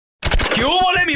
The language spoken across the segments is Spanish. ¿Qué hubo, le, mi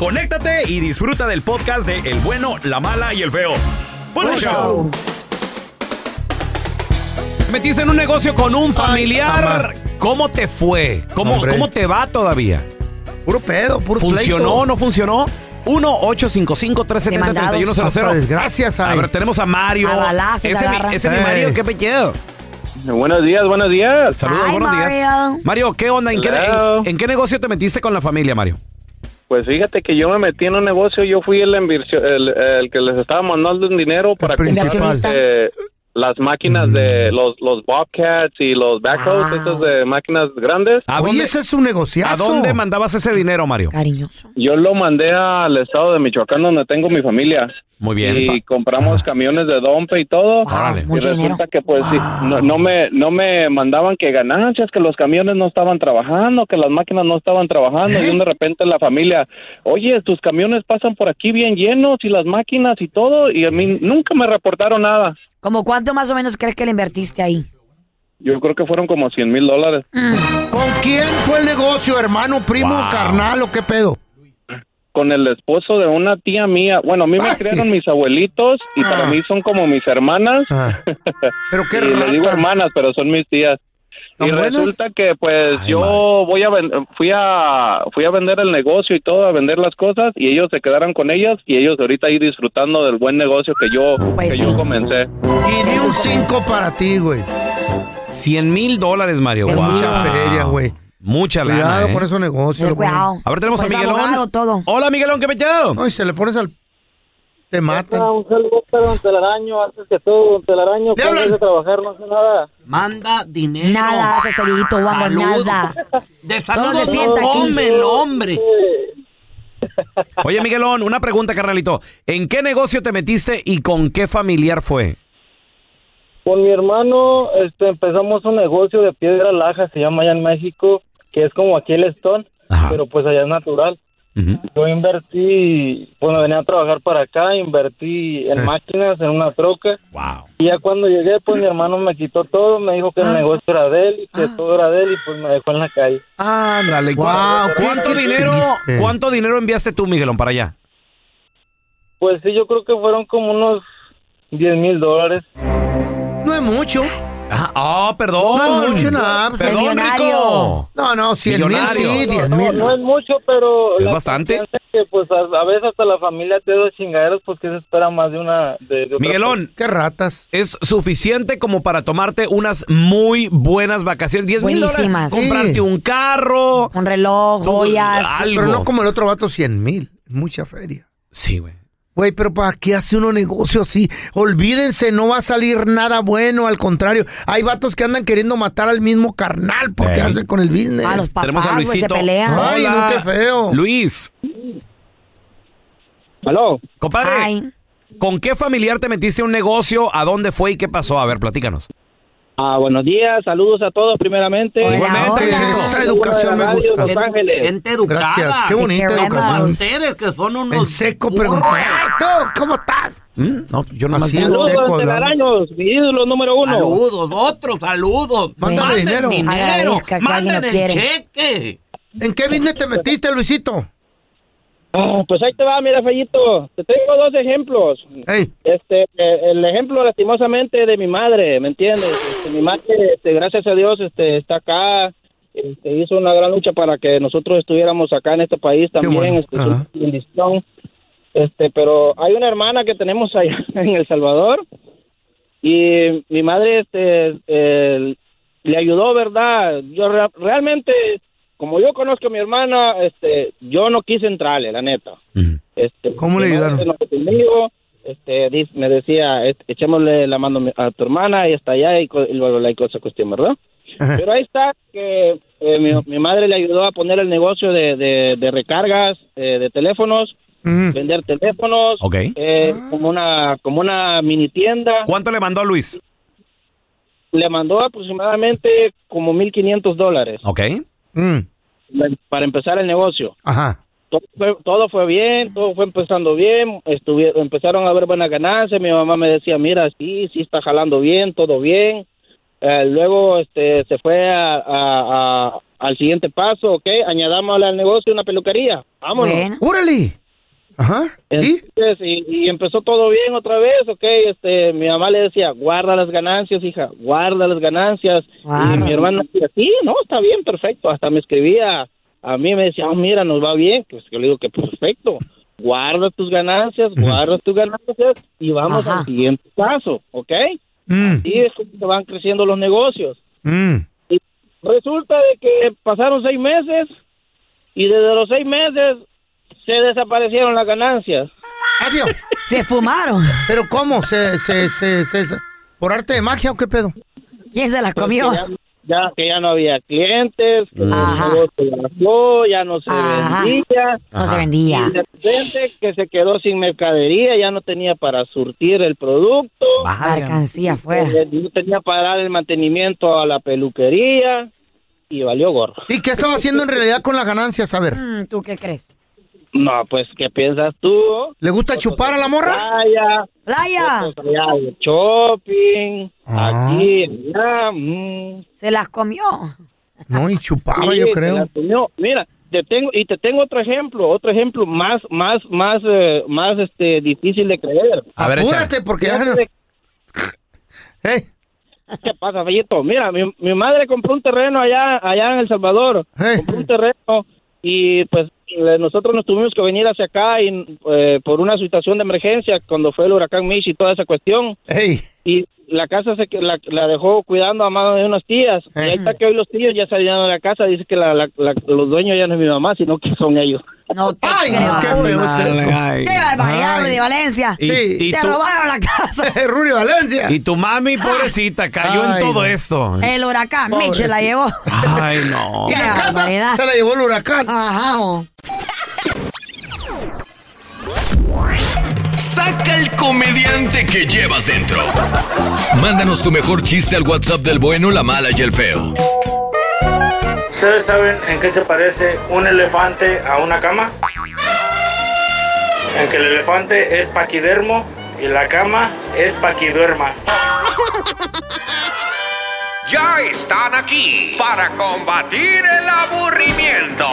conéctate y disfruta del podcast de El bueno, la mala y el feo. Buen Buen show. Te metiste en un negocio con un familiar. ¿Cómo te fue? ¿Cómo, Hombre. ¿Cómo te va todavía? Puro pedo, puro ¿Funcionó o pleito. no funcionó? 1-855-370-3100. Hasta desgracias hay. A ver, tenemos a Mario. A balazos ese es agarran. mi, ese es mi Ey. Mario, qué pechedo. Buenos días, buenos días. Saludos, Hi, buenos Mario. días. Mario, ¿qué onda? ¿En qué, Hello. en- en qué negocio te metiste con la familia, Mario? Pues fíjate que yo me metí en un negocio, yo fui el, invircio- el, el que les estaba mandando un dinero para comprar Inversionista. Mm. eh, las máquinas de los, los Bobcats y los backhoes, Wow. esas de máquinas grandes. ¿A Oye, dónde, ese es un negociazo. ¿A dónde mandabas ese dinero, Mario? Cariñoso. Yo lo mandé al estado de Michoacán donde tengo mi familia. Muy bien. Ah. Y compramos camiones de dompe y todo. Órale. Ah. Y Mucho dinero. resulta que pues sí, no, no me no me mandaban que ganancias, que los camiones no estaban trabajando, que las máquinas no estaban trabajando ¿Eh? y de repente la familia, oye, tus camiones pasan por aquí bien llenos y las máquinas y todo y a mí nunca me reportaron nada. ¿Como cuánto más o menos crees que le invertiste ahí? Yo creo que fueron como 100 mil dólares. ¿Con quién fue el negocio, hermano, primo, Wow. carnal o qué pedo? Con el esposo de una tía mía, bueno, a mí me Ay. criaron mis abuelitos y para Ah. mí son como mis hermanas. Ah. Pero qué Y le digo rata. hermanas, pero son mis tías. ¿Tan Y buenas? resulta que pues Ay, yo madre. voy a ven- fui a fui a vender el negocio y todo, a vender las cosas y ellos se quedaron con ellas y ellos ahorita ahí disfrutando del buen negocio que yo Pues que sí. yo comencé. Y ni un cinco para ti, güey. 100 mil dólares, Mario. Es Guau. mucha feria, güey. Mucha lana, Cuidado eh. con esos negocios. Ten güey. cuidado. A ver, tenemos Por a eso Miguelón. abogado, todo. Hola, Miguelón, qué pechedo. No, y se le pones al... Te matan. Ah, Un saludo para Don Telaraño, antes que todo, Don Telaraño, ¿Le hablan? póngase a trabajar, no hace nada. Manda dinero. Nada, haces torillito, guango, Saludos. nada. De Solo saludos se sienta aquí. come el hombre. Oye, Miguelón, una pregunta, carnalito. ¿En qué negocio te metiste y con qué familiar fue? Con mi hermano este, empezamos un negocio de piedra laja, se llama allá en México, que es como aquí el Stone, Ajá. pero pues allá es natural. Ujú. Yo invertí, bueno, venía a trabajar para acá, invertí en máquinas, en una troca. Wow. Y ya cuando llegué, pues mi hermano me quitó todo, me dijo que Ah. el negocio era de él y que todo era de él y pues me dejó en la calle. Ándale. Guau, qué- ¿Cuánto qué dinero, triste. cuánto dinero enviaste tú, Miguelón, para allá? Pues sí, yo creo que fueron como unos 10 mil dólares. No es mucho, mucho. Ah, oh, perdón. No es mucho, no. Perdón, Millonario. Rico. No, no, 100 mil Millonario. sí, 10 No, mil. no es mucho, pero... ¿Es la bastante? confianza es que, pues, a, a veces hasta la familia te da dos chingaderos, pues, que se espera más de una... De, de otra Miguelón, Qué ratas. es suficiente como para tomarte unas muy buenas vacaciones. 10 mil dólares. Buenísimas. Comprarte Sí. un carro. Un reloj, Todo- joyas. algo. Pero no como el otro vato, 100 mil. Mucha feria. Sí, güey. Güey, pero ¿para qué hace uno negocio así? Olvídense, no va a salir nada bueno, al contrario. Hay vatos que andan queriendo matar al mismo carnal porque Ey. hace con el business. A los Eh, Tenemos a papás, güey, se Luisito. pelean. Ay, no, qué feo. Luis, ¿Aló? compadre, Ay. ¿con qué familiar te metiste a un negocio? ¿A dónde fue y qué pasó? A ver, platícanos. Ah, buenos días, saludos a todos primeramente. Hola, Igualmente, hola. Luisito. Esa educación me Radio gusta. Los Ángeles. Gente educada. Gracias, qué Que bonita queremos educación. a ustedes que son unos... En seco burros. preguntar. "Ay, tú, ¿Cómo estás? ¿Mm? No, yo nomás Así digo. es. Saludos, Seco, telaraños, mi ídolo número uno. Saludos, otros saludos. Mándame Manden dinero. Agradezca que manden alguien lo el quiere. cheque. ¿En qué business te metiste, Luisito? Ah, pues ahí te va, mira, Fellito. Te tengo dos ejemplos. Ey, Este, eh, el ejemplo lastimosamente de mi madre, ¿me entiendes? Este, mi madre, este, gracias a Dios, este, está acá, este, hizo una gran lucha para que nosotros estuviéramos acá en este país Qué también, bueno, este, es ajá. una bendición. Este, pero hay una hermana que tenemos allá en El Salvador y mi madre, este, eh, le ayudó, ¿verdad? Yo rea- realmente, como yo conozco a mi hermana, este, yo no quise entrarle, la neta. Ujú. Este, ¿Cómo le mi madre ayudaron? no conmigo, este, di- me decía, "Et- echémosle la mano a mi- a tu hermana y hasta allá y, co- y luego la y cosa cuestión, ¿verdad? Ajá. pues, Pero ahí está que eh, mi, mi madre le ayudó a poner el negocio de, de- de recargas eh, de teléfonos, mm, vender teléfonos, Ok. eh, como una como una mini tienda. ¿Cuánto le mandó Luis? Le mandó aproximadamente como 1.500 dólares Ok. mm, para empezar el negocio. Ajá. todo fue, todo fue bien, todo fue empezando bien, estuvieron, empezaron a haber buenas ganancias, mi mamá me decía, mira, sí, sí está jalando bien, todo bien. Eh, luego este, se fue a, a- a- al siguiente paso, ok, añadámosle al negocio una peluquería, vámonos. Bueno. ¡Órale! Ajá. ¿Y? Entonces, y, y empezó todo bien otra vez, ok, este, mi mamá le decía, guarda las ganancias, hija, guarda las ganancias. Y Guarda. mi hermana decía, sí, no, está bien, perfecto, hasta me escribía, a mí me decía, oh, mira, nos va bien, pues yo le digo que perfecto, guarda tus ganancias, guarda tus ganancias y vamos Ajá. al siguiente paso, ok. Mm, Y es como se van creciendo los negocios. mm, Resulta de que pasaron seis meses y desde los seis meses se desaparecieron las ganancias. Adiós. Se fumaron. ¿Pero cómo? ¿Se, se, se, se, se- por arte de magia o qué pedo? ¿Quién se las comió? Pues Que ya, ya- que ya no había clientes, que el Ajá. negocio bajó, ya no se Ajá. vendía. No se Y vendía. de repente que se quedó sin mercadería, ya no tenía para surtir el producto, Mercancía afuera. eh, no tenía para dar el mantenimiento a la peluquería y valió gorro. ¿Y qué estaba haciendo en realidad con las ganancias? A ver, Mm, ¿Tú qué crees? No, pues, ¿qué piensas tú? ¿le gusta chupar a la morra? Playa, ¡Playa! pues, allá de shopping, Ah. aquí, allá. mm. Se las comió. No, y chupaba, Sí, yo te la creo. comió. Mira, te tengo y te tengo otro ejemplo, otro ejemplo más más más eh, más este difícil de creer. A ver, Apúrate, porque ya no. Fíjate ¡Ey! ¿Qué pasa, Fellito? Mira, mi, mi madre compró un terreno allá allá en El Salvador, ¡Ey! compró un terreno y pues le- nosotros nos tuvimos que venir hacia acá y, eh, por una situación de emergencia cuando fue el huracán Mitch y toda esa cuestión ¡Ey! y la casa se que- la, la dejó cuidando a mano de unas tías y ahí está que hoy los tíos ya salieron de la casa dice que la- la- la- los dueños ya no es mi mamá sino que son ellos No te ¡Ay, creo. no, qué feo es eso! Pues, ¡Qué barbaridad, Rudy Valencia! Y, Sí. y Te tu, robaron la casa. Ruri Valencia! y eh. tu mami, pobrecita, cayó Ay, en todo no. esto. El huracán Pobre Mitch se la sí. llevó. Ay, no. ¡Y la qué casa! barbaridad. ¡Se la llevó el huracán! Ajá. mo. Saca el comediante que llevas dentro. Mándanos tu mejor chiste al WhatsApp del bueno, la mala y el feo. ¿Ustedes saben en qué se parece un elefante a una cama? En que el elefante es paquidermo y la cama es paquiduermas. Ya están aquí para combatir el aburrimiento.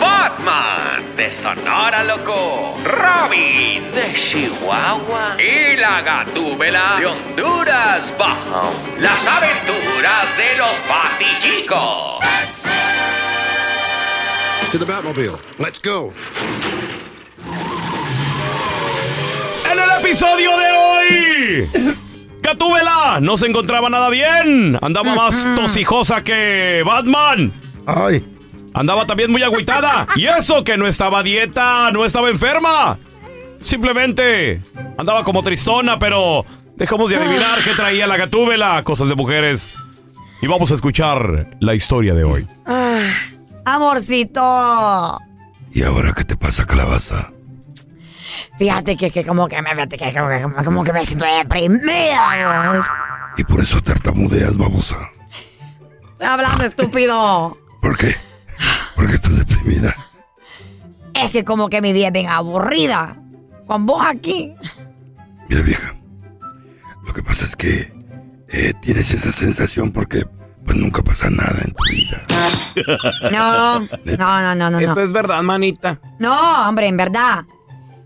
Batman, de Sonora, loco. Robin de Chihuahua. Y la Gatúbela de Honduras, bajo. Las aventuras de los patichicos. To the Batmobile. Let's go. En el episodio de hoy. Gatúbela no se encontraba nada bien. Andaba más tosijosa que Batman. Ay. Andaba también muy agüitada. Y eso que no estaba a dieta, no estaba enferma. Simplemente andaba como tristona, pero dejamos de adivinar qué traía la Gatúbela. Cosas de mujeres. Y vamos a escuchar la historia de hoy. Ah, amorcito. ¿Y ahora qué te pasa, calabaza? Fíjate que, que como que me fíjate que como, que como- como que me siento deprimida. güey. Y por eso tartamudeas, babosa. Estoy hablando estúpido. ¿Por qué? Porque estás deprimida. Es que como que mi vida es bien aburrida. Con vos aquí. Mira, vieja. Lo que pasa es que eh, tienes esa sensación porque pues nunca pasa nada en tu vida. No, no, no, no, no. Esto no. es verdad, manita. No, hombre, en verdad.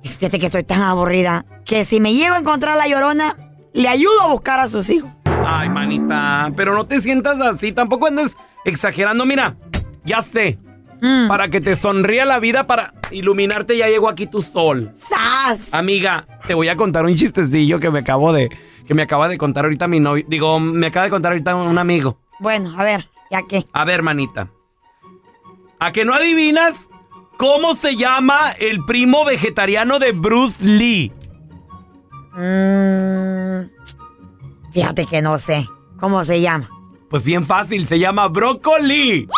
Es- Fíjate que estoy tan aburrida que si me llego a encontrar la llorona, le ayudo a buscar a sus hijos. Ay, manita, pero no te sientas así, tampoco andes exagerando. Mira, ya sé. Para que te sonría la vida, para iluminarte, ya llegó aquí tu sol. ¡Sas! Amiga, te voy a contar un chistecillo que me acabo de. que me acaba de contar ahorita mi novio. Digo, me acaba de contar ahorita un amigo. Bueno, a ver, ya que. A ver, manita. ¿A que no adivinas cómo se llama el primo vegetariano de Bruce Lee? Mm, fíjate que no sé. ¿Cómo se llama? Pues bien fácil, se llama Brócoli.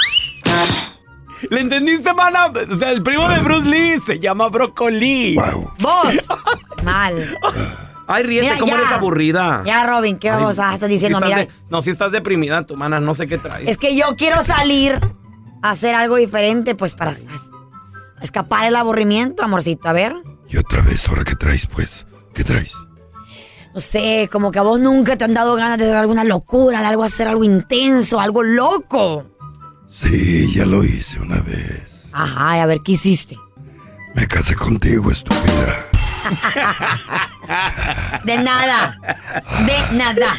¿Le entendiste, mana? O sea, el primo de Bruce Lee se llama Brócoli. ¡Vos! Mal. Ay, ríete, Mira, cómo ya. eres aburrida. Ya, Robin, qué Ah. Ay, babosadas estás sí diciendo, estás mira. de- no, si estás deprimida, tu mana, no sé qué traes. Es que yo quiero salir a hacer algo diferente, pues para escapar el aburrimiento, amorcito. A ver, Y otra vez, ¿ahora qué traes, pues? ¿Qué traes? no sé, como que a vos nunca te han dado ganas de hacer alguna locura, de algo hacer algo intenso, algo loco. Sí, ya lo hice una vez. Ajá, y a ver, ¿qué hiciste? Me casé contigo, estúpida. De nada. De nada.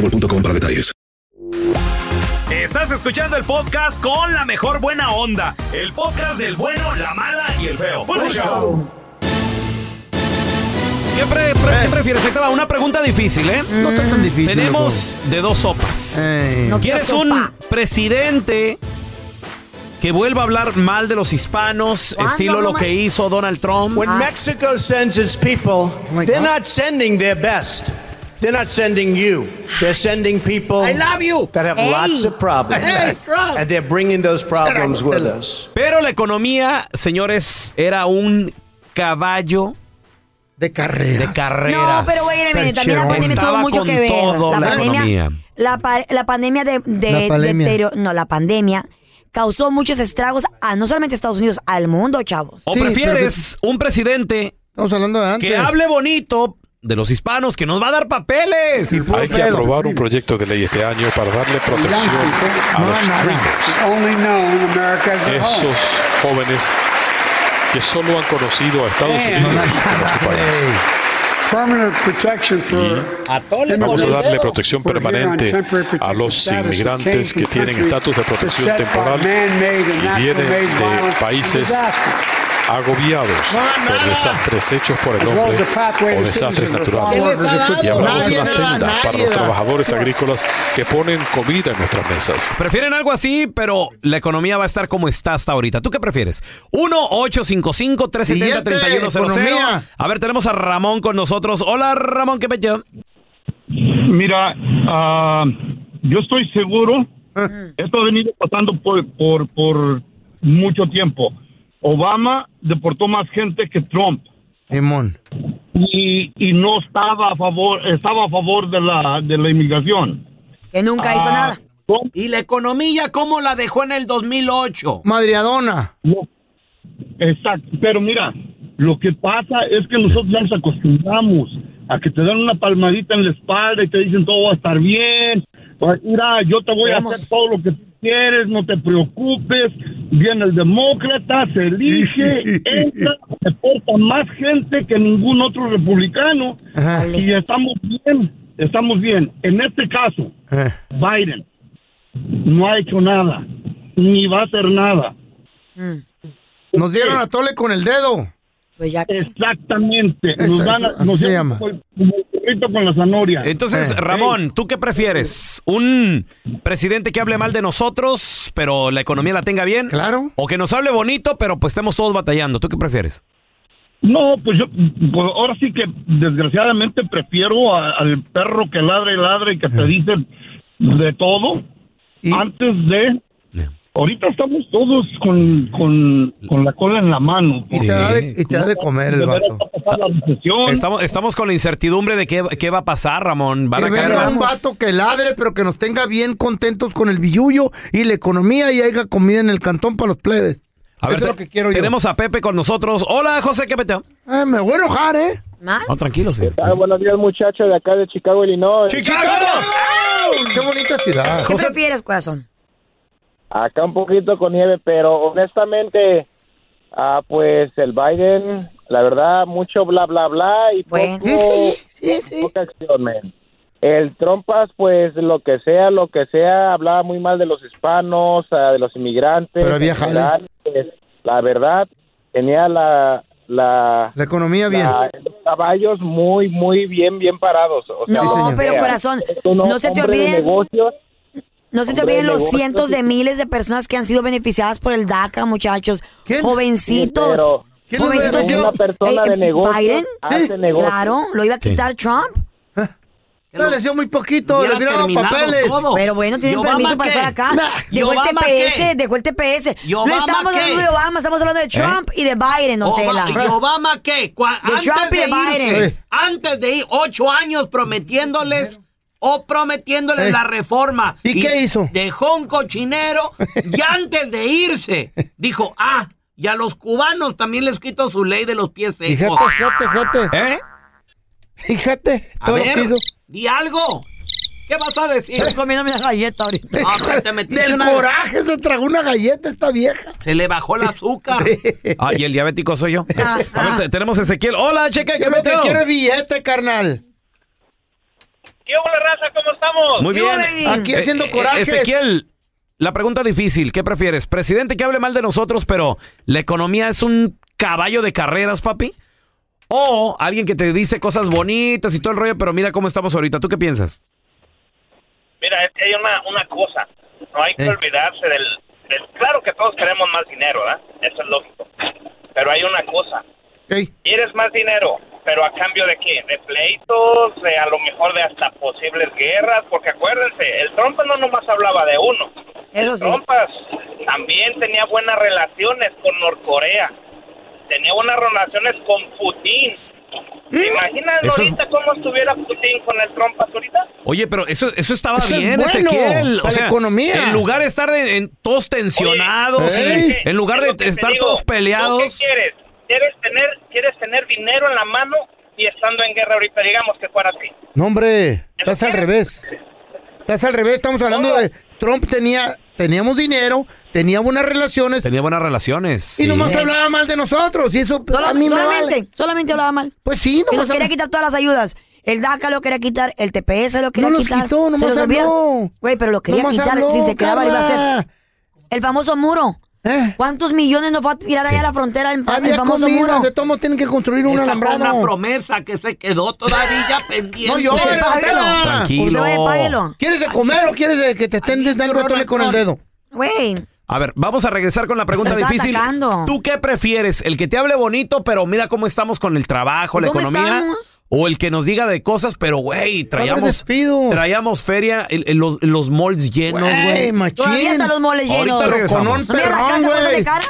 para detalles. Estás escuchando el podcast con la mejor buena onda. El podcast del bueno, la mala y el feo. Bueno, show. ¿Qué, pre- pre- qué prefieres? Ahí te va una pregunta difícil, ¿eh? Eh. No está tan difícil, Eh. Tenemos de dos sopas. No ¿Quieres quiero un sopa. presidente que vuelva a hablar mal de los hispanos, ¿Cuándo, estilo lo mamá? que hizo Donald Trump? Ah. Oh When Mexico sends its people, they're not sending their best. They're not sending you. They're sending people I love you. that have Hey. lots of problems. Hey, Trump. and they're bringing those problems with us. Pero la economía, señores, era un caballo de carrera. De carreras. No, pero wait a minute, también la pandemia tuvo Estaba mucho con que ver. todo la, la pandemia, economía. la, pa- la pandemia de, de- La pandemia. deterioro- no, la pandemia causó muchos estragos a no solamente a Estados Unidos, al mundo, chavos. ¿O prefieres un presidente que hable bonito de los hispanos que nos va a dar papeles? Hay que aprobar un proyecto de ley este año para darle protección a los gringos, esos jóvenes que solo han conocido a Estados Man. Unidos como su país. Permanent protection for Vamos a darle protección permanente a los inmigrantes que tienen estatus de protección temporal y vienen de países agobiados por desastres hechos por el hombre o desastres naturales. Y hablamos de una senda para los trabajadores agrícolas que ponen comida en nuestras mesas. Prefieren algo así, pero la economía va a estar como está hasta ahorita. ¿Tú qué prefieres? 1-855-370-3100. Economía. A ver, tenemos a Ramón con nosotros. Hola, Ramón, ¿qué pecho? Mira, ah, yo estoy seguro, Ah. esto ha venido pasando por, por, por mucho tiempo. Obama deportó más gente que Trump Simón. y, y no estaba a favor, estaba a favor de la, de la inmigración. Que nunca hizo nada. ¿Y la economía cómo la dejó en el 2008? Madriadona. Exacto, pero mira, lo que pasa es que nosotros ya nos acostumbramos a que te dan una palmadita en la espalda y te dicen todo va a estar bien, va- mira, yo te voy a hacer todo lo que tú quieres, no te preocupes, viene el demócrata, se elige, entra, deporta más gente que ningún otro republicano y estamos bien, estamos bien. En este caso, Biden no ha hecho nada, ni va a hacer nada. Nos dieron a Tole con el dedo. Exactamente. Eso, Nos dan, eso, así nos se llevan llama. como el- como el burrito con la zanahoria. Entonces, Ramón, ¿tú qué prefieres? ¿Un presidente que hable mal de nosotros, pero la economía la tenga bien? Claro. ¿O que nos hable bonito, pero pues estemos todos batallando? ¿Tú qué prefieres? No, pues yo, pues ahora sí que desgraciadamente prefiero a- al perro que ladra y ladra y que te dice de todo antes de. Ahorita estamos todos con, con, con la cola en la mano. Y te da de- y te da de comer el vato. Estamos, estamos con la incertidumbre de qué, qué va a pasar, Ramón. Van Que a caer venga las- un vato que ladre, pero que nos tenga bien contentos con el billullo y la economía y haya comida en el cantón para los plebes. A ver, Eso es lo te- que quiero yo. Tenemos a Pepe con nosotros. Hola, José, ¿qué peteo? Ay, Ah, me voy a enojar, ¿eh? No, tranquilo, señor. buenos días, muchachos de acá de Chicago, Illinois. ¡Qué bonita ciudad! ¿Qué prefieres, corazón? Acá un poquito con nieve, pero honestamente, ah, pues el Biden, la verdad, mucho bla, bla, bla y poco, poca acción, man. El Trompas, pues lo que sea, lo que sea, hablaba muy mal de los hispanos, ah, de los inmigrantes. Pero había en jale. general, pues, la verdad, tenía la... La, La economía bien. la- los caballos muy, muy bien, bien parados. o sea, lo No, que pero sea. corazón, Es un no se te hombre de olviden, negocios, no se te hombre de olviden los negocios cientos y- de miles de personas que han sido beneficiadas por el DACA, muchachos. Jovencitos. Pero- ¿Quién los jovencitos benefició? Una persona de negocio Biden, hace negocio. claro, lo iba a Sí. quitar Trump. No, les dio muy poquito, les hubiera dado papeles. Pero bueno, tienen permiso para estar acá. Nah. Dejó el TPS, dejó el TPS. ¿Y No Obama estamos qué? hablando de Obama, estamos hablando ¿Eh? de Trump y de Biden, no Obama, ¿Y Obama qué? Cua- De antes, Trump y de de Biden. ir, antes de ir, ocho años prometiéndoles o prometiéndoles Eh. la reforma. ¿Y qué hizo? Dejó un cochinero y antes de irse dijo, ah, y a los cubanos también les quito su ley de los pies secos. Fíjate, fíjate, fíjate. ¿Eh? Fíjate, A todo lo ver, que hizo. di algo. ¿Qué vas a decir? Estoy comiéndome una galleta ahorita. Ah, pero te metiste Del una- coraje se tragó una galleta esta vieja. Se le bajó el azúcar. Ah, y el diabético soy yo. A ver, te- tenemos a Ezequiel. Hola, cheque, ¿qué Yo lo que peteo? quiero es billete, carnal. ¿Qué hubo, raza? ¿Cómo estamos? Muy bien. Aquí haciendo coraje. corajes. Ezequiel, la pregunta difícil, ¿qué prefieres? ¿Presidente que hable mal de nosotros, pero la economía es un caballo de carreras, papi? ¿O alguien que te dice cosas bonitas y todo el rollo, pero mira cómo estamos ahorita? ¿Tú qué piensas? Mira, es que hay una, una cosa. No hay que Eh. olvidarse del, del- Claro que todos queremos más dinero, ¿verdad? Eso es lógico. Pero hay una cosa. Quieres más dinero, pero a cambio de qué? De pleitos, de a lo mejor de hasta posibles guerras, porque acuérdense, el Trump no nomás hablaba de uno. Eso el Trumpas también tenía buenas relaciones con Norcorea, tenía buenas relaciones con Putin. ¿Te imaginas ¿Eh? Eso es- ahorita cómo estuviera Putin con el trompas ahorita? Oye, pero eso, eso estaba Eso es bien, bueno, Ezequiel. para la economía. En lugar de estar en, en- todos tensionados, Oye, y- ¿sabes qué? en lugar Es lo que te de estar digo. todos ¿Tú peleados. ¿Qué quieres? ¿Quieres tener, ¿Quieres tener dinero en la mano y estando en guerra ahorita? Digamos que fuera así. No, hombre, estás al revés. Estás al revés, estamos hablando de Trump tenía, teníamos dinero, tenía buenas relaciones Tenía buenas relaciones. y nomás Eh, Sí. hablaba mal de nosotros. Y eso pues, a Solam- mí me solamente, vale. solamente hablaba mal. Pues sí, no. nos quería quitar todas las ayudas. El DACA lo quería quitar, el TPS lo quería No los quitar. quitó, se nomás los olvida. habló. Güey, pero lo quería Nomás quitar. habló, si se quedaba, iba a Carla. ser. El famoso muro. ¿Cuántos millones nos fue a tirar allá a la frontera el, el ¿Eh? Había famoso muro? comidas, de tomo tienen que construir un Esa fue una alambrado. promesa que se quedó todavía pendiente. No llores, Usted páguelo. Tela. Tranquilo. Usted vaya, páguelo. ¿Quieres de comer o quieres de que te estén dando tole con el dedo? Güey, A ver, vamos a regresar con la pregunta Lo está difícil. atacando. ¿Tú qué prefieres? ¿El que te hable bonito, pero mira cómo estamos con el trabajo, la ¿Cómo economía? estamos? ¿O el que nos diga de cosas, pero güey, traíamos, traíamos feria, el- el- los, los malls llenos, Güey, güey? machín. todavía están los moles Ahorita llenos. regresamos. Con un Mira la perrón, casa, ¿cuánto güey. le caras?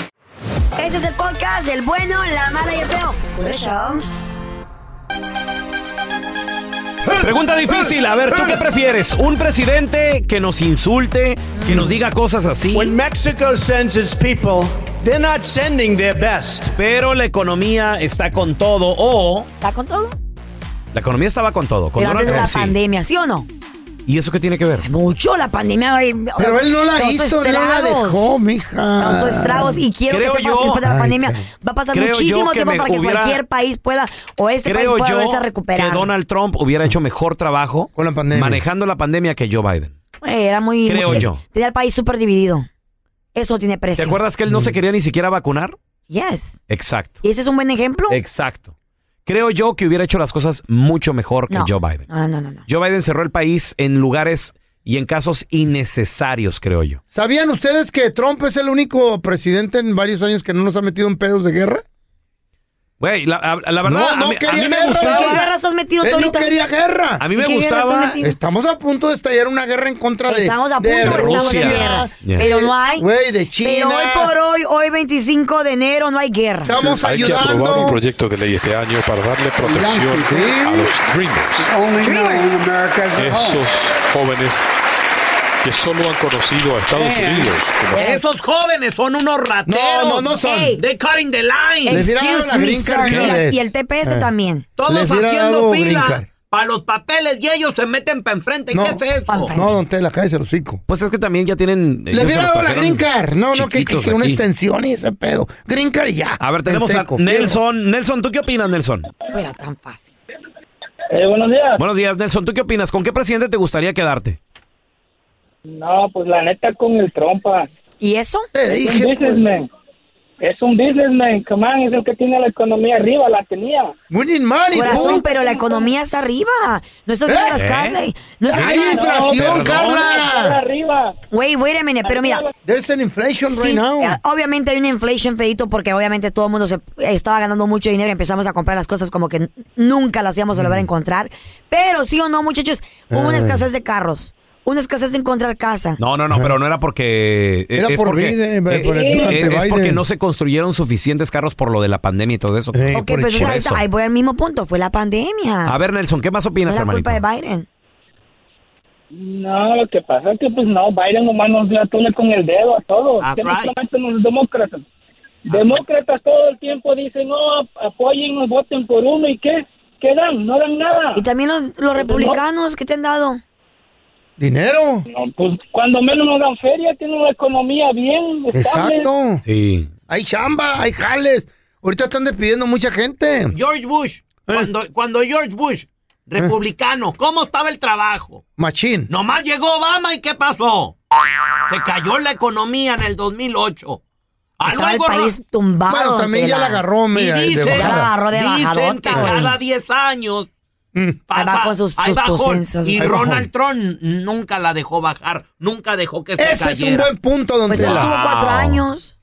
Ese es el podcast del bueno, la mala y el feo. Por eso. Pregunta difícil, a ver, ¿tú qué prefieres? ¿Un presidente que nos insulte, que nos diga cosas así? When Mexico sends its people, they're not sending their best. Pero la economía está con todo o... ¿Está con todo? La economía estaba con todo. Con Pero antes de la Trump, sí. pandemia, ¿sí o no? ¿Y eso qué tiene que ver? Mucho la pandemia. güey, o Pero sea, él no la causó hizo, no la estragos. dejó, mija. Causó estragos y quiero Creo que sepas yo- que después de la Ay, pandemia va a pasar creo yo muchísimo que tiempo me para que hubiera- cualquier país pueda o este país Creo pueda yo volverse a recuperar. que Donald Trump hubiera hecho mejor trabajo manejando la pandemia que Joe Biden. Eh, era muy. Creo muy- yo. Tenía el país súper dividido. Eso tiene ¿Te precio. acuerdas que él Mm. no se quería ni siquiera vacunar? Yes. Exacto, ¿Y ese es un buen ejemplo? exacto. Creo yo que hubiera hecho las cosas mucho mejor que No. Joe Biden. No, no, no. no. Joe Biden cerró el país en lugares y en casos innecesarios, creo yo. ¿Sabían ustedes que Trump es el único presidente en varios años que no nos ha metido en pedos de guerra? Güey, la, a- la verdad, No, no a, mí, a quería mí me guerra. gustaba. ¿En qué guerra estás metido Él tú no ahorita? quería guerra. A mí me ¿En qué guerra gustaba- estás metido? Estamos a punto de estallar una guerra en contra de Estamos a punto de de estallar una Rusia, guerra. de- Pero no hay. Güey, de China. Pero hoy por hoy, hoy 25 de enero, no hay guerra. Hay que aprobar un proyecto de ley este año para darle protección a los Dreamers. Esos jóvenes que solo han conocido a Estados Eh. Unidos como Esos jóvenes son unos rateros. No, no, no son. Ey. They cutting the line. Les hubiera dado la green card Y, de una la- vez. y el TPS Eh. también. Les Todos hubiera haciendo dado green card. fila para los papeles y ellos se meten para enfrente. No, ¿Qué es eso? no, don Tela, cállese los cinco. Pues es que también ya tienen... eh, Le ellos hubiera se los dado la green trajeron card. No, no, que, que- chiquitos que una aquí. extensión y ese pedo. Green card y ya. A ver, En tenemos seco, a Nelson. Nelson, ¿tú qué opinas, Nelson? Fuera tan fácil. Eh, buenos días. Buenos días, Nelson. ¿Tú qué opinas? ¿Con qué presidente te gustaría quedarte? No, pues la neta con el trompa. ¿Y eso? es un businessman. Es un businessman, come on, es el que tiene la economía arriba, la tenía. Winning money, Corazón, fool. pero la economía está arriba. No estás viendo ¿Eh? las casas. ¿Eh? No estás Hay viendo- inflación, No, Carla. arriba. Güey, wait a minute, pero mira. There's an inflation Sí, right now. eh, Obviamente hay una inflation, Feito, porque obviamente todo el mundo se eh, estaba ganando mucho dinero y empezamos a comprar las cosas como que n- nunca las íbamos a volver a encontrar. Pero sí o no, muchachos, hubo una Ay. escasez de carros, una escasez de encontrar casa. No, no, no, pero no era porque... eh, Era es por porque- Biden, eh, por el- eh, durante Es Biden. Eh, porque no se construyeron suficientes carros por lo de la pandemia y todo eso. ok, pero entonces Por ahí, está- eso. ahí voy al mismo punto, fue la pandemia. Ah, A ver, Nelson, ¿qué más no opinas, es la hermanito? culpa de Biden. No, lo que pasa es que pues no, Biden nomás nos la tole con el dedo a todos. Ah, That's Que no right. solamente los demócratas. Demócratas todo el tiempo dicen, no, apoyen, voten por uno y qué, ¿qué dan? No dan nada. Y también los, los republicanos que te han dado. ¿Dinero? No, pues cuando menos nos dan feria, tiene una economía bien estable. Exacto. Sí. Hay chamba, hay jales. Ahorita están despidiendo mucha gente. Eh, George Bush, cuando, cuando George Bush, republicano, ¿cómo estaba el trabajo? Machín. Nomás llegó Obama y ¿qué pasó? Se cayó la economía en el 2008. Ah, Estaba el luego no- país tumbado. Bueno, también ya la agarró media Y de dicen, bajada. Ya la agarró de dicen bajadota, que güey. cada 10 años Mm. Ahí pasa, va con sus- ahí sus bajó. docencias. Y Ahí bajó. Ronald Trump nunca la dejó bajar, nunca dejó que se Ese es un cayera. buen punto, don Pues Tela. estuvo cuatro años.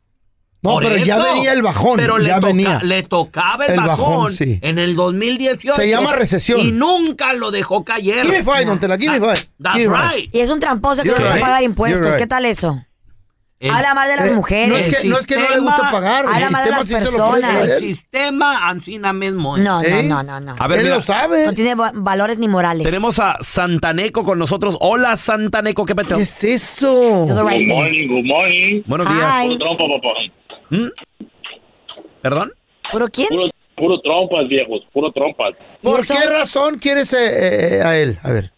No, Por pero ya eso. venía el bajón. Pero ya le, toca- venía. le tocaba el, El bajón, bajón, sí. en el 2018. Se llama recesión. Y nunca lo dejó caer. Give me five, don Tela, give me That- five, That's give me five. right. Y es un tramposo que You're no quiere right. pagar impuestos. You're right. ¿Qué tal eso? El- Habla mal de las Eh, mujeres. no es que- no es que no le gusta pagar, el Habla mal de sistema las sí se lo ofrece a ¿Eh? personas. El sistema ansina mismo. es. No, no, no, no, no. A ver, Él mira. lo sabe. No tiene va- valores ni morales. Tenemos a Santaneco con nosotros. Hola, Santaneco, ¿qué peteo? es eso? You're the right Good thing. morning, good morning. Buenos días. ¿Mm? Hi. Trompa, papá. ¿Perdón? ¿Puro quién? Puro, puro trompas, viejos, puro trompas. ¿Por qué razón quieres eh, eh, a él? A ver.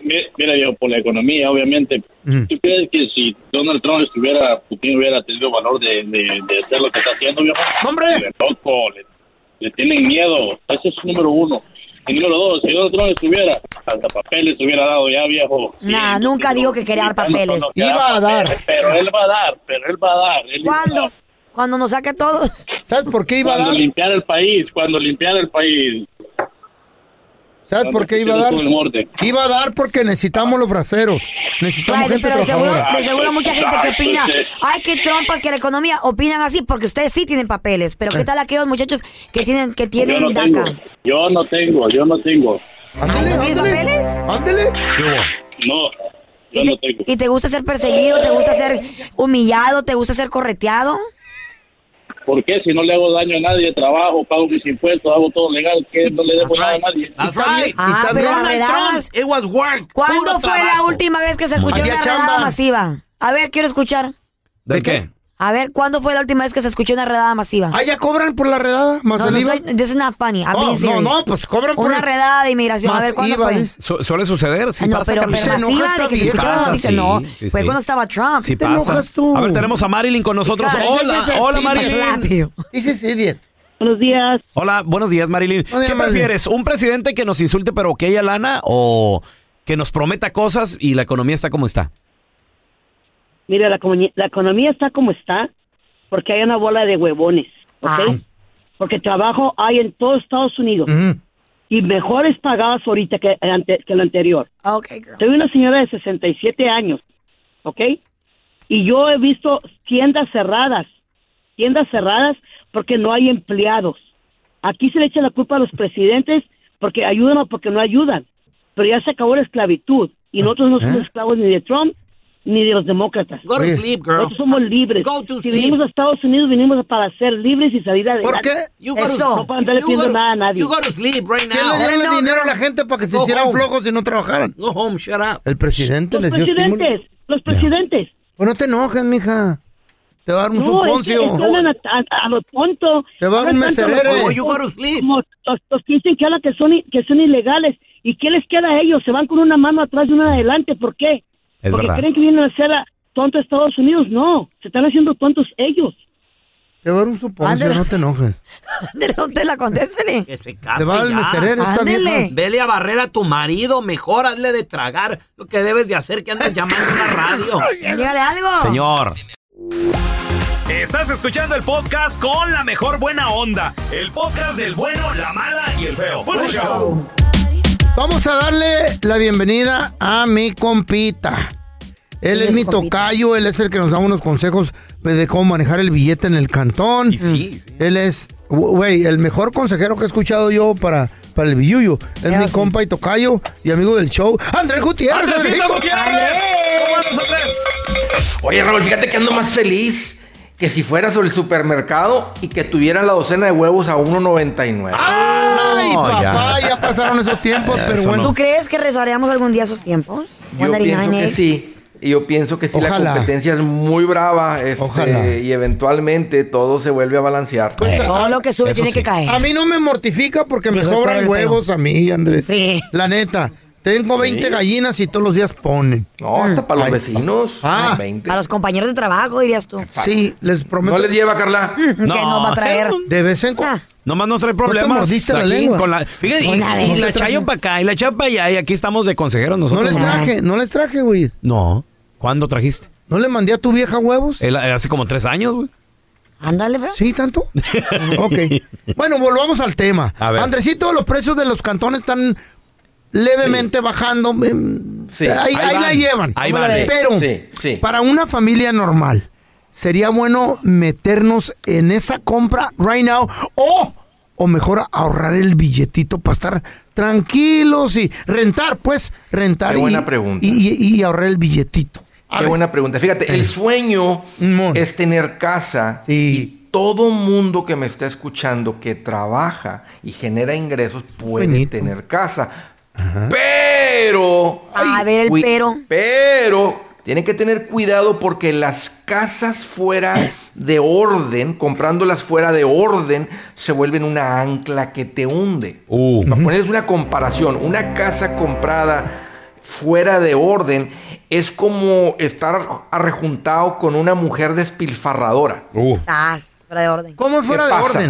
Mi- Mira, viejo, por la economía, obviamente. Mm. ¿Tú crees que si Donald Trump estuviera, Putin hubiera tenido valor de, de- de hacer lo que está haciendo, viejo? ¡Hombre! Le, toco, le, le tienen miedo. Ese es número uno. Y número dos, si Donald Trump estuviera, hasta papeles hubiera dado ya, viejo. Nah, nunca dijo que quería dar papeles. Pues Iba a dar. Pero él va a dar, pero él va a dar. Él ¿Cuándo? Cuando nos saque a todos. ¿Sabes por qué iba a Cuando dar? limpiar el país, cuando limpiar el país. ¿Sabes por qué iba a dar? Todo el norte. Iba a dar porque necesitamos los braceros. Necesitamos Right, gente pero de seguro, trabajadora. de seguro mucha gente que opina, Entonces- ay, qué trompas que la economía, opinan así porque ustedes sí tienen papeles, pero qué tal aquellos muchachos que tienen que Yo tienen no DACA. tengo, yo no tengo, yo no tengo. ¿No tienen papeles? Ándele. No, yo no tengo. ¿Y te gusta ser perseguido? ¿Te gusta ser humillado? ¿Te gusta ser correteado? ¿Por qué? Si no le hago daño a nadie, trabajo, pago mis impuestos, hago todo legal, que no le debo nada a nadie. That's right. Ah, pero Donald arredadas. Trump, it was work. ¿Cuándo puro fue la trabajo. última vez que se escuchó Había una redada chamba. masiva? A ver, quiero escuchar. ¿De qué? A ver, ¿cuándo fue la última vez que se escuchó una redada masiva? Ah, ya cobran por la redada, más No, el no, IVA. estoy- this is not funny. I'm Oh, being no, serious. no, pues cobran por Una el- redada de inmigración. A más ver, ¿cuándo IVA, fue? Ah, dice. Su- suele suceder, si no, pasa pero, Carlos. pero masiva de que se escuchaba la Pasa, noticia, sí, no. sí, fue sí. cuando estaba Trump. Sí pasa. A ver, tenemos a Marilyn con nosotros. Claro, Hola, ese es el hola sí, Marilyn. rápido. Dices idiot. Buenos días. Hola, buenos días Marilyn. Hola, ¿Qué Marilyn. prefieres? ¿Un presidente que nos insulte pero que haya lana o que nos prometa cosas y la economía está como está? Mira, la, comuni- la economía está como está porque hay una bola de huevones, ¿ok? Porque trabajo hay en todo Estados Unidos y mejores pagadas ahorita que, ante- que lo anterior. Okay, girl. Soy una señora de 67 años, ¿ok? Y yo he visto tiendas cerradas, tiendas cerradas porque no hay empleados. Aquí se le echa la culpa a los presidentes porque ayudan o porque no ayudan. Pero ya se acabó la esclavitud y nosotros no somos esclavos ni de Trump ni de los demócratas. Go to sleep, girl. Nosotros somos libres. si sleep. venimos a Estados Unidos, venimos para ser libres y salir adelante. ¿Por qué? You gotta- No para andar you pidiendo gotta- nada a Ah, nadie. You gotta sleep right ¿Quién now. le dio el dinero a la gente para que se Go hicieran home. flojos y no trabajaran? Go home, shut up. El presidente les Los dio estímulo. presidentes, los presidentes. Pues no te enojes, mija. Te va a dar un No, es que- suponcio. es que hablan a, a- a lo tonto. Te va a dar Hablan un tanto a lo meserere. tonto, Oh, you como- como los, los que dicen que hablan que son, i- que son ilegales. ¿Y qué les queda a ellos? Se van con una mano atrás y una adelante. ¿Por qué? Es Porque verdad. creen que vienen a ser a- tonto a Estados Unidos. No, se están haciendo tontos ellos. Te va a dar un suponcio, Ándale. no te enojes. ¿De dónde la contéstele? Te va a dar el meserere esta Ándele. vieja. Vele a barrer a tu marido, mejor hazle de tragar lo que debes de hacer que andas llamando a la radio. Dígale algo. Señor. Estás escuchando el podcast con la mejor buena onda. El podcast del bueno, la mala y el feo. Bueno, show. Vamos a darle la bienvenida a mi compita. Él es, mi tocayo, él es el que nos da unos consejos de cómo manejar el billete en el cantón. Él es, güey, el mejor consejero que he escuchado yo para, para el billuyo. Es mi compa y tocayo y amigo del show, Andrés Gutiérrez. ¡Andresito Andresito. Gutiérrez! ¿Cómo andas, Andrés? Oye, Raúl, fíjate que ando más feliz que si fueras al supermercado y que tuvieran la docena de huevos a 1.99. Ay, No, papá, ya. pasaron esos tiempos, pero Eso bueno. no. ¿Tú crees que rezaremos algún día esos tiempos? Yo pienso 99 que eggs. sí. Y Yo pienso que sí, Ojalá. la competencia es muy brava. este, Ojalá. Y eventualmente todo se vuelve a balancear. Todo lo que sube Eso tiene sí. que caer. A mí no me mortifica porque me Dijo el sobran perro, el huevos a mí, Andrés. La neta. Tengo 20 gallinas y todos los días ponen. No, hasta para los vecinos. Ah, A los compañeros de trabajo, dirías tú. sí, les prometo. ¿No les lleva, Carla? Que nos va a traer. De vez en cuando. Nomás nos trae problemas. mordiste la aquí lengua? Con la, fíjate, y- Una y vez. la chayo para acá y la chayo para allá. Y aquí estamos de consejeros No nosotros. les traje, no les traje, güey. No. ¿Cuándo trajiste? ¿No le mandé a tu vieja huevos? El- hace como tres años, güey. Ándale, ¿verdad? ¿Sí, tanto? ok. Bueno, volvamos al tema. A ver. Andresito, los precios de los cantones están levemente bajando. em, Sí. Ahí, Ahí ahí la van. llevan. Ahí van, sí. Pero Sí, sí. para una familia normal, sería bueno meternos en esa compra right now o, o mejor ahorrar el billetito para estar tranquilos y rentar, pues, rentar Qué y- buena pregunta. Y, y- y ahorrar el billetito. Ah, A Qué ver. buena pregunta. Fíjate, el sueño es tener casa y todo mundo que me está escuchando que trabaja y genera ingresos puede tener casa. Pero. A ver, el cui- pero. Pero tienen que tener cuidado porque las casas fuera de orden, comprándolas fuera de orden, se vuelven una ancla que te hunde. Para ponerles una comparación, una casa comprada fuera de orden es como estar arrejuntado con una mujer despilfarradora. Sas, fuera de orden. ¿Cómo ¿Qué pasa?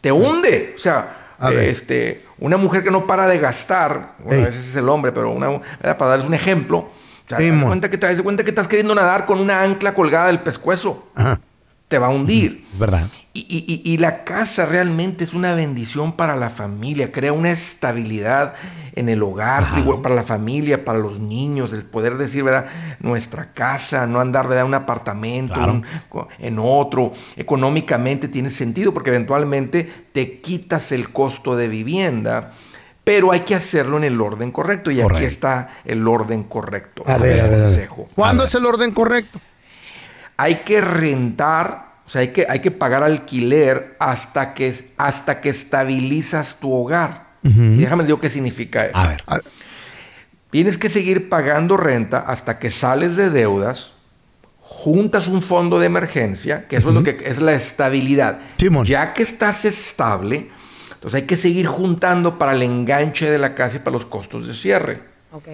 Te hunde. O sea, A eh, ver. este, una mujer que no para de gastar, bueno, Ey. a veces es el hombre, pero una, ¿verdad? para darles un ejemplo. O sea, te das Simón. cuenta que te das cuenta que estás queriendo nadar con una ancla colgada del pescuezo. Te va a hundir. Es verdad. Y, y- y- y la casa realmente es una bendición para la familia, crea una estabilidad en el hogar, digo, para la familia, para los niños, el poder decir, ¿verdad? Nuestra casa, no andar, ¿verdad? Un apartamento, un- co- en otro, económicamente tiene sentido porque eventualmente te quitas el costo de vivienda, pero hay que hacerlo en el orden correcto y aquí está el orden correcto. A ver, a ver, a ver. ¿Cuándo es el orden correcto? hay que rentar, o sea, hay que, hay que pagar alquiler hasta que, hasta que estabilizas tu hogar. Y déjame digo qué significa eso. Tienes que seguir pagando renta hasta que sales de deudas, juntas un fondo de emergencia, que eso es lo que es la estabilidad. Ya que estás estable, entonces hay que seguir juntando para el enganche de la casa y para los costos de cierre. Ok.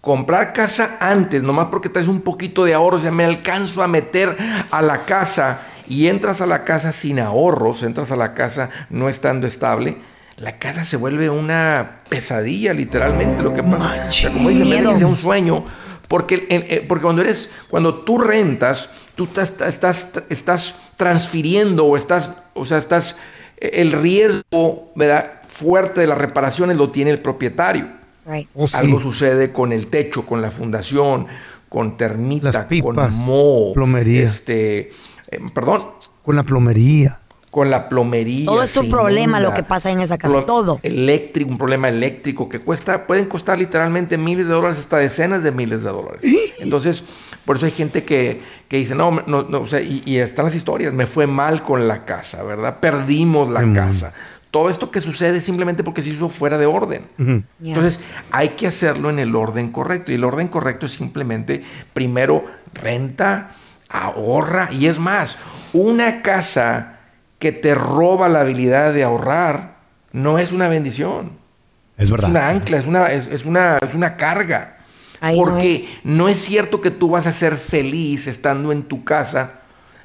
Comprar casa antes, nomás porque traes un poquito de ahorro, o sea, me alcanzo a meter a la casa y entras a la casa sin ahorros, entras a la casa no estando estable, la casa se vuelve una pesadilla literalmente lo que pasa. O sea, como dicen, Miedo. menos que sea un sueño, porque, en- eh, porque cuando eres, cuando tú rentas, tú estás, estás, estás transfiriendo o estás, o sea, estás, eh, el riesgo, ¿verdad? Fuerte de las reparaciones lo tiene el propietario. Right. Algo sucede con el techo, con la fundación, con termita, con moho, plomería. este, eh, perdón, Con la plomería. con la plomería. Todo es tu se problema inunda. lo que pasa en esa casa. Plo- Todo. Eléctrico, un problema eléctrico que cuesta, pueden costar literalmente miles de dólares hasta decenas de miles de dólares. Entonces, por eso hay gente que, que dice, no, no, no, o sea, y, y están las historias, me fue mal con la casa, ¿verdad? Perdimos la casa. Todo esto que sucede simplemente porque se hizo fuera de orden. Entonces, hay que hacerlo en el orden correcto. Y el orden correcto es simplemente, primero, renta, ahorra. Y es más, una casa que te roba la habilidad de ahorrar no es una bendición. Es Es una ancla, es una, es, es una, es una carga. no Porque no es. cierto que tú vas a ser feliz estando en tu casa,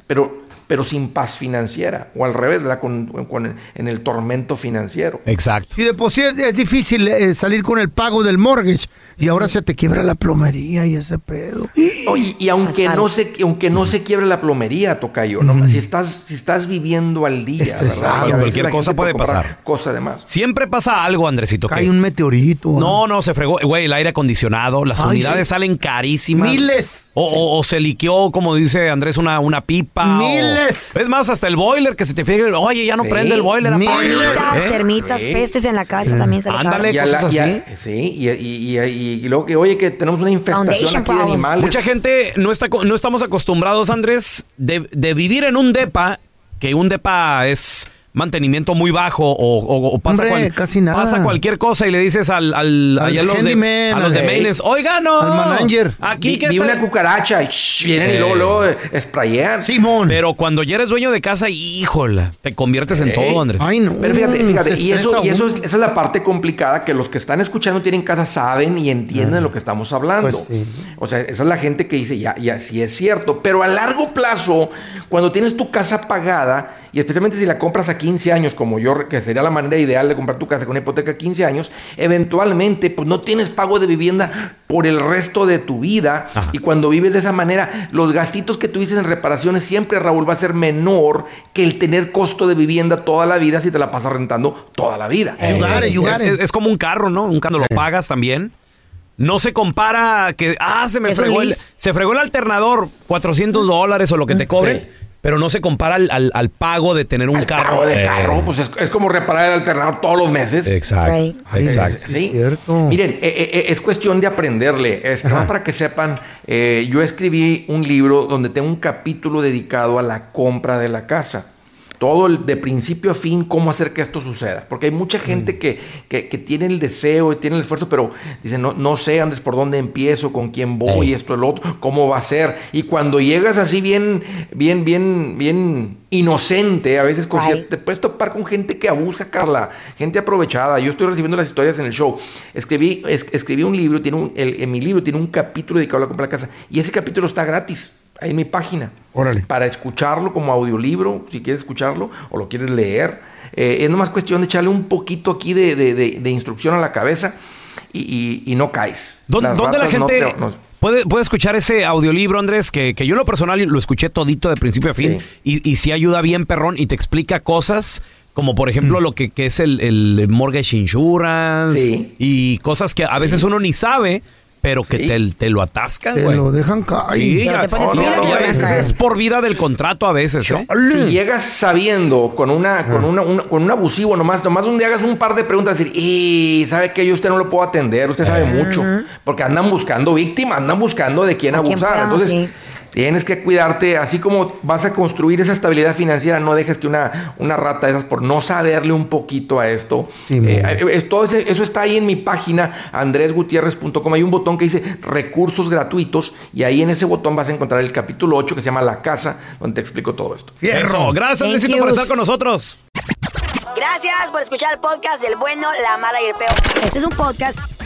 pero, pero sin paz financiera. O al revés, ¿verdad? Con- con- en el tormento financiero. Exacto. Si de por sí es, es difícil eh, salir con el pago del mortgage y ahora se te quiebra la plomería y ese pedo. No, y, y aunque no se aunque no se quiebre la plomería, tocayo, ¿no? si estás si estás viviendo al día, Estresado. ¿verdad? Y a veces Cualquier la cosa gente por puede comprar pasar. Cosa de más. Siempre pasa algo, Andresito. que- Hay un meteorito. No, no, se fregó. Güey, el aire acondicionado, las Ay, unidades sí. salen carísimas. Miles. O, o- o se liqueó, como dice Andrés, una, una pipa. o- Miles. es más, hasta el boiler que se te fije, oye, ya no Sí. prende el boiler. apaga el boiler. Termitas, ¿Eh? termitas, Sí. pestes en la casa también se le Ándale, Y a la- cosas y a- así. sí, y, y- y- y- y luego que, oye, que tenemos una infestación aquí de animales. Mucha gente no está co- no estamos acostumbrados, Andrés, de, de vivir en un depa, que un depa es mantenimiento muy bajo o, o- o pasa, Hombre, cual- casi nada. pasa cualquier cosa y le dices al, al, Al allá a los de, handyman, a los de al- maintenance, oiga, no, al manager. aquí Vi- que vi está- una cucaracha y shh, vienen y luego, luego eh, sprayean. Simón. Pero cuando ya eres dueño de casa, híjole, te conviertes en todo, Andrés. Pero mm, fíjate, fíjate, y, eso, y eso es, es- esa es la parte complicada que los que están escuchando tienen casa saben y entienden lo que estamos Pues hablando. O sea, esa es la gente que dice, ya, ya, sí es cierto. Pero a largo plazo, cuando tienes tu casa pagada, y especialmente si la compras a 15 años, como yo, que sería la manera ideal de comprar tu casa con una hipoteca a 15 años, eventualmente, pues no tienes pago de vivienda por el resto de tu vida. Y cuando vives de esa manera, los gastitos que tuviste en reparaciones siempre, Raúl, va a ser menor que el tener costo de vivienda toda la vida si te la pasas rentando toda la vida. Eh, es, es- es como un carro, ¿no? Un carro lo pagas también. No se compara a que, ah, se me Es un fregó el, lease. se fregó el alternador, 400 dólares o lo que te cobren, pero no se compara al, al- al pago de tener un carro. Pago de Eh, carro, pues es, es como reparar el alternador todos los meses. Exacto. Exacto. Sí. Miren, eh, eh, eh, es cuestión de aprenderle. Este, nomás para que sepan, eh, yo escribí un libro donde tengo un capítulo dedicado a la compra de la casa. Todo el- de principio a fin, cómo hacer que esto suceda. Porque hay mucha gente que, que- que tiene el deseo, y tiene el esfuerzo, pero dicen, no, no sé, Andrés, por dónde empiezo, con quién voy, esto, el otro, cómo va a ser. Y cuando llegas así bien, bien, bien, bien inocente, a veces con cier- te puedes topar con gente que abusa, Carla, gente aprovechada. Yo estoy recibiendo las historias en el show. Escribí, es- escribí un libro, tiene un, el- en mi libro tiene un capítulo dedicado a la compra de la casa. Y ese capítulo está gratis, ahí en mi página para escucharlo como audiolibro, si quieres escucharlo o lo quieres leer. Eh, es nomás cuestión de echarle un poquito aquí de, de- de- de instrucción a la cabeza y, y- y no caes. ¿Dónde, Las dónde la ratas no gente te- no- puede, puede escuchar ese audiolibro, Andrés? Que, que yo en lo personal lo escuché todito de principio a fin y, y sí ayuda bien, perrón, y te explica cosas como, por ejemplo, Mm. lo que, que es el, el mortgage insurance Sí. y cosas que a veces uno ni sabe, pero que te, te lo atascan, Te güey. lo dejan caer. Sí, ya- no, no, no, es, es por vida del contrato a veces, ¿eh? Si llegas sabiendo con Ah. una, con una, una- con un abusivo nomás, nomás donde hagas un par de preguntas, decir, y sabe que yo usted no lo puedo atender, usted sabe Ah. mucho, porque andan buscando víctimas, andan buscando de quién ¿A quién abusar. podamos Entonces, ir? tienes que cuidarte, así como vas a construir esa estabilidad financiera, no dejes que una, una rata de esas por no saberle un poquito a esto. eh, eh, todo ese- eso está ahí en mi página, andresgutierrez.com. Hay un botón que dice recursos gratuitos, y ahí en ese botón vas a encontrar el capítulo 8 que se llama La Casa, donde te explico todo esto. Eso, gracias, Thank Luisito, por yous. estar con nosotros. Gracias por escuchar el podcast del bueno, la mala y el peor. Este es un podcast